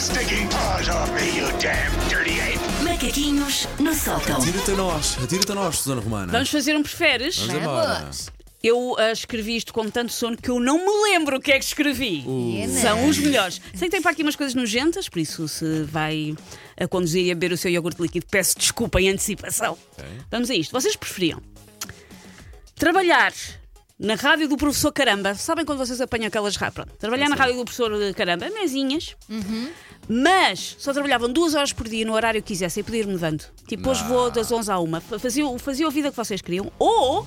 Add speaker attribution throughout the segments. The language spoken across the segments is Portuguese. Speaker 1: stinking paws off me, you damn dirty ape!
Speaker 2: Macaquinhos no sótão.
Speaker 3: Atira-te a nós, atira-te a nós, Susana Romana.
Speaker 4: Vamos fazer um preferes?
Speaker 3: Vamos embora.
Speaker 4: Eu ah, escrevi isto com tanto sono que eu não me lembro o que é que escrevi.
Speaker 2: Pena.
Speaker 4: São os melhores. Sei que tem para aqui umas coisas nojentas, por isso se vai a conduzir e a beber o seu iogurte líquido, peço desculpa em antecipação. Vamos a isto. Vocês preferiam trabalhar na rádio do professor Caramba? Sabem quando vocês apanham aquelas rádios? Pronto. Trabalhar na rádio do professor Caramba, mesinhas, mas só trabalhavam duas horas por dia no horário que quisessem e podia ir mudando. Tipo, hoje vou das 11 à 1. Faziam, faziam a vida que vocês queriam. Ou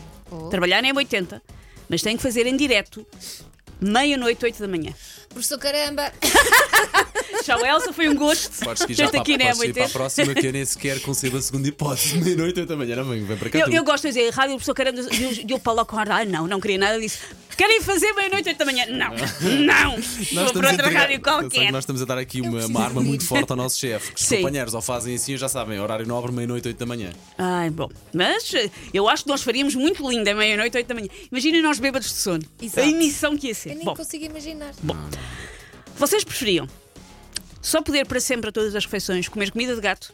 Speaker 4: trabalharem em 80, mas têm que fazer em direto, meia-noite, 8 da manhã.
Speaker 5: Professor Caramba,
Speaker 4: Tchau, Elsa, foi um gosto.
Speaker 3: Podes ir já
Speaker 4: Ter-te
Speaker 3: para,
Speaker 4: aqui é na
Speaker 3: podes ir para a
Speaker 4: M80.
Speaker 3: próxima que eu nem sequer concebo a segunda hipótese. Meia-noite, oito da manhã, não vem, vem para cá
Speaker 4: Eu,
Speaker 3: tu.
Speaker 4: eu gosto de dizer, rádio, professor Caramba, e eu falo com a Ah, não, não queria nada disso. Querem fazer meia-noite, 8 da manhã? Não, não.
Speaker 3: Nós
Speaker 4: Vou para
Speaker 3: a
Speaker 4: outra
Speaker 3: entregar-
Speaker 4: rádio
Speaker 3: Eu sei que
Speaker 4: qualquer.
Speaker 3: Nós estamos a dar aqui uma, uma
Speaker 5: preciso
Speaker 3: arma
Speaker 5: de
Speaker 3: muito
Speaker 5: mim.
Speaker 3: forte ao nosso chefe. Que os
Speaker 4: Sim.
Speaker 3: companheiros ou fazem assim, já sabem, horário nobre, meia-noite, oito da manhã.
Speaker 4: Ai, bom. Mas eh, eu acho que nós faríamos muito linda meia-noite, 8 da manhã. Imaginem nós bêbados de sono.
Speaker 5: Exato.
Speaker 4: A emissão que ia ser.
Speaker 5: eu nem
Speaker 4: Bom,
Speaker 5: consigo imaginar.
Speaker 4: Vocês preferiam só poder para sempre a todas as refeições comer comida de gato?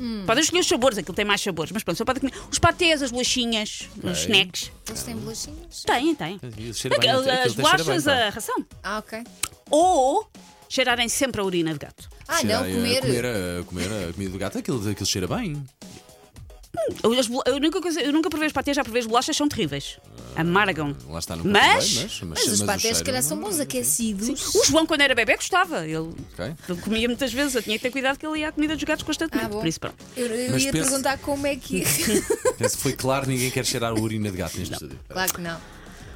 Speaker 5: Hum.
Speaker 4: Podem escolher os sabores, aquilo tem mais sabores, mas pronto, só podem comer os patês, as bolachinhas, os snacks.
Speaker 5: Eles têm bolachinhas?
Speaker 4: Tem, tem.
Speaker 3: Aquilo cheira bem, aquilo
Speaker 4: Aquelas- as
Speaker 3: tem cheira bem,
Speaker 4: bolachas,
Speaker 3: pá.
Speaker 4: a ração.
Speaker 5: Ah, ok.
Speaker 4: Ou cheirarem sempre a urina de gato.
Speaker 5: Ah,
Speaker 3: Cheira
Speaker 5: não,
Speaker 3: a-
Speaker 5: comer.
Speaker 3: é, comer, a, comer a comida do gato, aquilo, aquilo cheira bem.
Speaker 4: As bola- Eu nunca, coisa- eu nunca provei os patês, já provei as bolachas, são terríveis. Amargam.
Speaker 3: Lá está no
Speaker 4: Mas-
Speaker 5: Mas os
Speaker 3: cheiro- é?
Speaker 5: patés, se calhar, são bons aquecidos.
Speaker 4: O João, quando era bebê, gostava. Ele
Speaker 3: Ok.
Speaker 4: ele comia muitas vezes, eu tinha que ter cuidado que ele ia à comida dos gatos constantemente.
Speaker 5: Ah, bom.
Speaker 4: Por isso, pronto.
Speaker 5: Eu, eu
Speaker 3: Mas
Speaker 5: ia
Speaker 3: pensa-
Speaker 5: perguntar como é que.
Speaker 3: Penso que foi claro, ninguém quer cheirar a urina de gato neste estúdio.
Speaker 5: claro que não.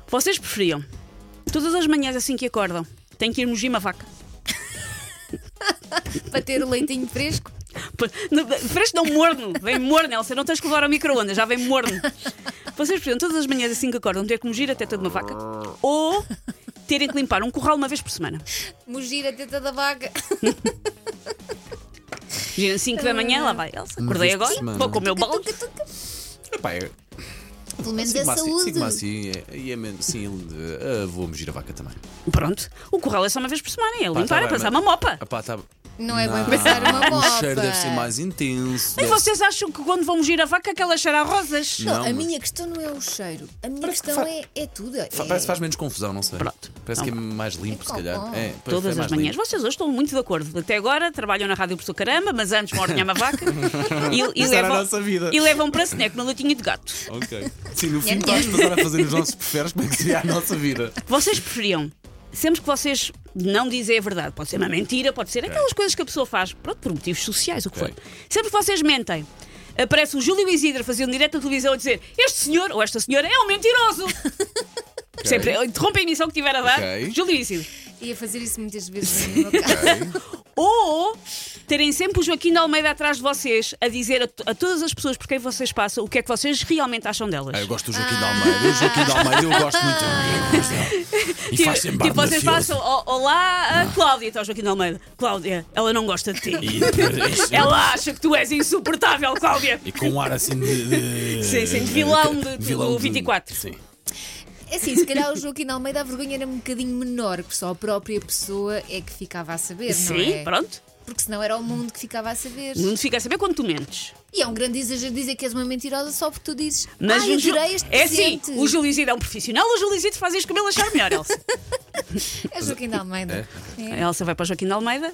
Speaker 4: Vocês preferiam todas as manhãs assim que acordam, têm que ir no gym a vaca?
Speaker 5: Para ter o leitinho fresco.
Speaker 4: Pois, não, Fresco não morno, vem morno, Elsa, não tens que levar ao micro-ondas, já vem morno. Vocês precisam todas as manhãs assim que acordam ter que mugir até toda uma vaca ou terem que limpar um corral uma vez por semana.
Speaker 5: Mugir a teta da vaca.
Speaker 4: Gira 5 da manhã, lá vai Elsa, acordei
Speaker 3: vez por
Speaker 4: agora,
Speaker 3: semana.
Speaker 4: vou com o meu balde.
Speaker 3: Epá, é-
Speaker 5: Pelo menos é
Speaker 3: Sigma assim,
Speaker 5: saúde.
Speaker 3: sigma assim, é- e é menos- sim, eh, eh, vou me girar a vaca também.
Speaker 4: Pronto, o corral é só uma vez por semana, é
Speaker 3: Pá,
Speaker 4: limpar,
Speaker 3: tá
Speaker 4: é
Speaker 3: bem,
Speaker 4: passar
Speaker 3: mas-
Speaker 4: uma mopa.
Speaker 3: Ah, pá, tá-
Speaker 5: Não é bom
Speaker 3: Não,
Speaker 5: pensar uma
Speaker 3: O cheiro
Speaker 5: mopa.
Speaker 3: deve ser mais intenso.
Speaker 4: E
Speaker 3: deve-
Speaker 4: vocês acham que quando vão mugir a vaca aquela cheira a rosas?
Speaker 5: Não,
Speaker 3: Não,
Speaker 5: a
Speaker 3: mas-
Speaker 5: minha questão não é o cheiro. A minha
Speaker 3: Parece que
Speaker 5: questão
Speaker 3: fa-
Speaker 5: é, é tudo. É...
Speaker 3: Fa- Parece que faz menos confusão, não sei.
Speaker 4: Pronto. então
Speaker 3: Parece que é mais limpo,
Speaker 5: É
Speaker 3: se calhar.
Speaker 5: cocó.
Speaker 3: É, parece que é
Speaker 4: Todas as
Speaker 3: mais
Speaker 4: manhãs.
Speaker 3: limpo.
Speaker 4: Vocês hoje estão muito de acordo. Até agora trabalham na rádio por seu caramba, mas antes morrem a vaca e, e
Speaker 3: Isso era a
Speaker 4: levam,
Speaker 3: nossa vida.
Speaker 4: e levam para snack no latinho de gato.
Speaker 3: Ok. Sim, no fim,
Speaker 5: Nham,
Speaker 3: vamos passar a fazer os nossos preferes como é que seria a nossa vida.
Speaker 4: Vocês preferiam, sempre que vocês não dizem a verdade, pode ser uma mentira, pode ser aquelas coisas que a pessoa faz, pronto, por motivos sociais, o que
Speaker 3: Ok.
Speaker 4: for. Sempre que vocês mentem, aparece o Júlio Isidro fazendo direto na televisão a dizer: Este senhor ou esta senhora é um mentiroso. Sempre interrompe a emissão que tiver a dar,
Speaker 3: Ok.
Speaker 4: Júlio Isidro.
Speaker 5: Ia fazer isso muitas vezes no meu caso.
Speaker 4: Ou terem sempre o Joaquim de Almeida atrás de vocês a dizer a, to- a todas as pessoas por quem vocês passam o que é que vocês realmente acham delas.
Speaker 3: Ah, eu gosto do Joaquim de Almeida. O Joaquim de Almeida eu gosto muito. Eu gosto dele. E faz sempre
Speaker 4: tipo,
Speaker 3: ar de
Speaker 4: vocês
Speaker 3: mafioso.
Speaker 4: passam, "O- olá a Cláudia, então Joaquim de Almeida. Cláudia, ela não gosta de ti.
Speaker 3: E,
Speaker 4: Ela acha que tu és insuportável, Cláudia.
Speaker 5: é?
Speaker 3: e com um ar assim de. de-
Speaker 4: Sim, sim, de vilão de- do 24.
Speaker 3: Sim.
Speaker 5: É assim, se calhar o Joaquim de Almeida a vergonha era um bocadinho menor, porque só a própria pessoa é que ficava a saber, não
Speaker 4: Sim,
Speaker 5: é?
Speaker 4: pronto.
Speaker 5: Porque senão era o mundo que ficava a saber.
Speaker 4: Não fica a saber quando tu mentes.
Speaker 5: E é um grande exagero dizer que és uma mentirosa só porque tu dizes
Speaker 4: Mas
Speaker 5: Ah,
Speaker 4: o
Speaker 5: eu
Speaker 4: Ju-
Speaker 5: jurei este
Speaker 4: É sim,
Speaker 5: presente."
Speaker 4: o Júlio Isidro é um profissional, o Júlio Isidro faz isto como ele achar melhor, Elsa.
Speaker 5: É Joaquim de Almeida.
Speaker 4: A Elsa vai para o Joaquim de Almeida.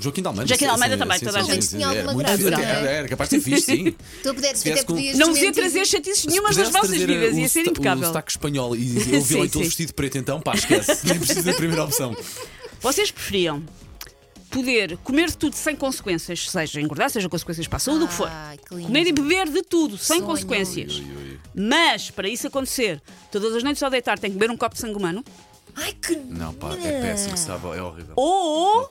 Speaker 3: Joaquim de Almeida.
Speaker 4: Joaquim de
Speaker 3: sim,
Speaker 4: Almeida
Speaker 3: sim,
Speaker 4: também,
Speaker 3: sim,
Speaker 4: toda a
Speaker 3: sim,
Speaker 4: gente.
Speaker 3: sim, sim,
Speaker 5: Tinha
Speaker 3: era
Speaker 5: alguma
Speaker 3: muito
Speaker 5: graça,
Speaker 3: fixe,
Speaker 5: não é?
Speaker 3: Era, era capaz de ser fixe, sim.
Speaker 5: Tu puderes,
Speaker 3: viesse
Speaker 5: até
Speaker 3: com-
Speaker 5: podias
Speaker 4: Não ia
Speaker 5: desmentir.
Speaker 4: trazer chatices nenhumas das
Speaker 3: pudesse
Speaker 4: vossas
Speaker 3: trazer
Speaker 4: vidas,
Speaker 3: o
Speaker 4: ia ser
Speaker 3: sota- O
Speaker 4: impecável.
Speaker 3: sotaque espanhol e eu vi
Speaker 4: Sim,
Speaker 3: ele todo
Speaker 4: sim.
Speaker 3: vestido de preto, então pá, esquece. Nem precisa da primeira opção.
Speaker 4: Vocês preferiam poder comer de tudo sem consequências, seja engordar, seja consequências para a saúde, o que for.
Speaker 5: Ai, que lindo.
Speaker 4: Comer e beber de tudo, sem
Speaker 5: Sonho.
Speaker 4: consequências. Mas, para isso acontecer, todas as noites ao deitar tem que beber um copo de sangue humano.
Speaker 5: Ai, que.
Speaker 3: Não, pá, é péssimo, sabe? É horrível.
Speaker 4: Ou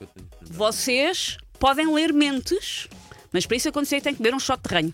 Speaker 4: vocês podem ler mentes, mas para isso acontecer tem que beber um shot de ranho.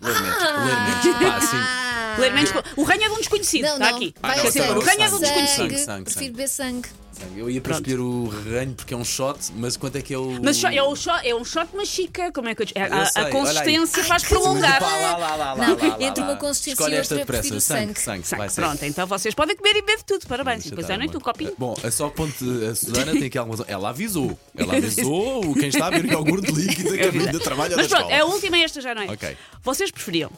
Speaker 3: Lermente, lermente. Pá, assim.
Speaker 5: Ah.
Speaker 4: Ler mentes com- O ranho é de um desconhecido,
Speaker 5: Não,
Speaker 4: está
Speaker 5: não.
Speaker 4: aqui.
Speaker 5: Vai
Speaker 3: Ah,
Speaker 4: Quer
Speaker 5: ao
Speaker 4: dizer,
Speaker 3: não,
Speaker 5: sangue.
Speaker 4: o ranho é de um
Speaker 3: sangue,
Speaker 4: desconhecido.
Speaker 3: sangue, sangue.
Speaker 5: Prefiro beber sangue.
Speaker 3: sangue. Eu ia para
Speaker 4: Pronto.
Speaker 3: escolher o ranho porque é um shot, mas quanto é que é o.
Speaker 4: Mas só- é, um shot, é um shot, mas chica. Como é que eu, te- é,
Speaker 3: Eu
Speaker 4: a, a
Speaker 3: sei, olha aí.
Speaker 4: consistência faz
Speaker 3: Mas
Speaker 4: prolongar.
Speaker 3: pá, lá, lá, lá, lá,
Speaker 5: Não,
Speaker 3: lá, lá,
Speaker 5: entre uma
Speaker 3: lá.
Speaker 5: consistência
Speaker 3: Escolhe
Speaker 5: e
Speaker 3: esta
Speaker 5: outra,
Speaker 3: depressa.
Speaker 5: eu prefiro
Speaker 3: Sangue,
Speaker 5: sangue.
Speaker 3: sangue,
Speaker 4: Sabe,
Speaker 3: vai ser.
Speaker 4: Pronto, então vocês podem comer e beber tudo, parabéns.
Speaker 3: Deixa
Speaker 4: Depois
Speaker 3: estar,
Speaker 4: à noite um
Speaker 3: mano.
Speaker 4: copinho.
Speaker 3: Eh, Bom, é só ponto. A Susana tem aqui alguma razão. Ela avisou. Ela avisou quem está a ver o iogurte líquido a caminho do trabalho ou da
Speaker 4: É Mas pronto,
Speaker 3: escola.
Speaker 4: é a última e esta já não é.
Speaker 3: Ok.
Speaker 4: Vocês preferiam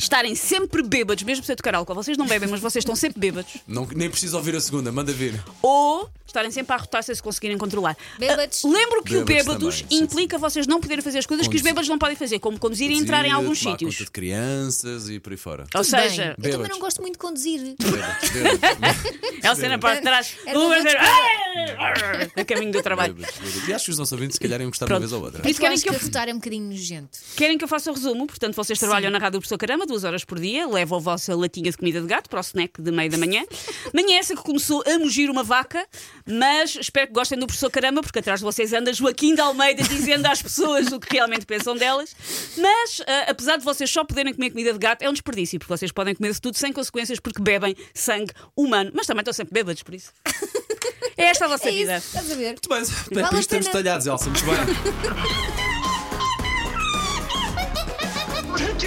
Speaker 4: estarem sempre bêbados, mesmo sem tocar álcool? Vocês não bebem, mas vocês estão sempre bêbados.
Speaker 3: Não- nem preciso ouvir a segunda, manda ver.
Speaker 4: Ou estarem sempre a arrotar-se se conseguirem controlar.
Speaker 5: Bêbados.
Speaker 4: Ah, lembro que
Speaker 3: Bêbados
Speaker 4: o bêbados
Speaker 3: também, sim,
Speaker 4: implica vocês não poderem fazer as coisas que os
Speaker 3: Conduzir.
Speaker 4: bêbados não podem fazer, como conduzir e entrar em
Speaker 3: Conduzir,
Speaker 4: alguns
Speaker 3: tomar
Speaker 4: sítios.
Speaker 3: conta de crianças e por aí fora.
Speaker 4: Ou
Speaker 5: Tudo bem.
Speaker 4: seja,
Speaker 5: eu também
Speaker 3: Bêbados.
Speaker 5: não gosto muito de conduzir.
Speaker 3: Bêbados, bêbados,
Speaker 4: ela é cena para trás, Um
Speaker 5: Era
Speaker 4: uma
Speaker 5: uma
Speaker 4: vez,
Speaker 5: outra
Speaker 4: "Ah!" no caminho do trabalho.
Speaker 3: bêbados, bêbados. E acho que os nossos ouvintes, se calhar, iam gostar
Speaker 4: Pronto.
Speaker 3: uma vez ou outra.
Speaker 4: Por isso
Speaker 5: Eu
Speaker 4: querem
Speaker 5: acho
Speaker 4: que
Speaker 5: que
Speaker 4: eu
Speaker 5: votar é um bocadinho nojento.
Speaker 4: Querem que eu faça o resumo? Portanto, vocês trabalham na Rádio Professor Caramba duas horas por dia, levam a vossa latinha de comida de gato para o snack de meio da manhã. Manhã essa que começou a mugir uma vaca, mas espero que gostem do Professor Caramba, porque atrás de vocês anda Joaquim de Almeida dizendo às pessoas o que realmente pensam delas. Mas, ah, apesar de vocês só poderem comer comida de gato, é um desperdício, porque vocês podem comer de tudo sem consequências, porque bebem sangue humano. Mas também estão sempre bêbados, por isso. É esta a vossa
Speaker 5: É
Speaker 4: vida.
Speaker 5: isso, estás a ver?
Speaker 3: Muito bem,
Speaker 5: a
Speaker 3: para isto estamos
Speaker 5: pena.
Speaker 3: talhados, Elsa. Muito bem.
Speaker 1: Take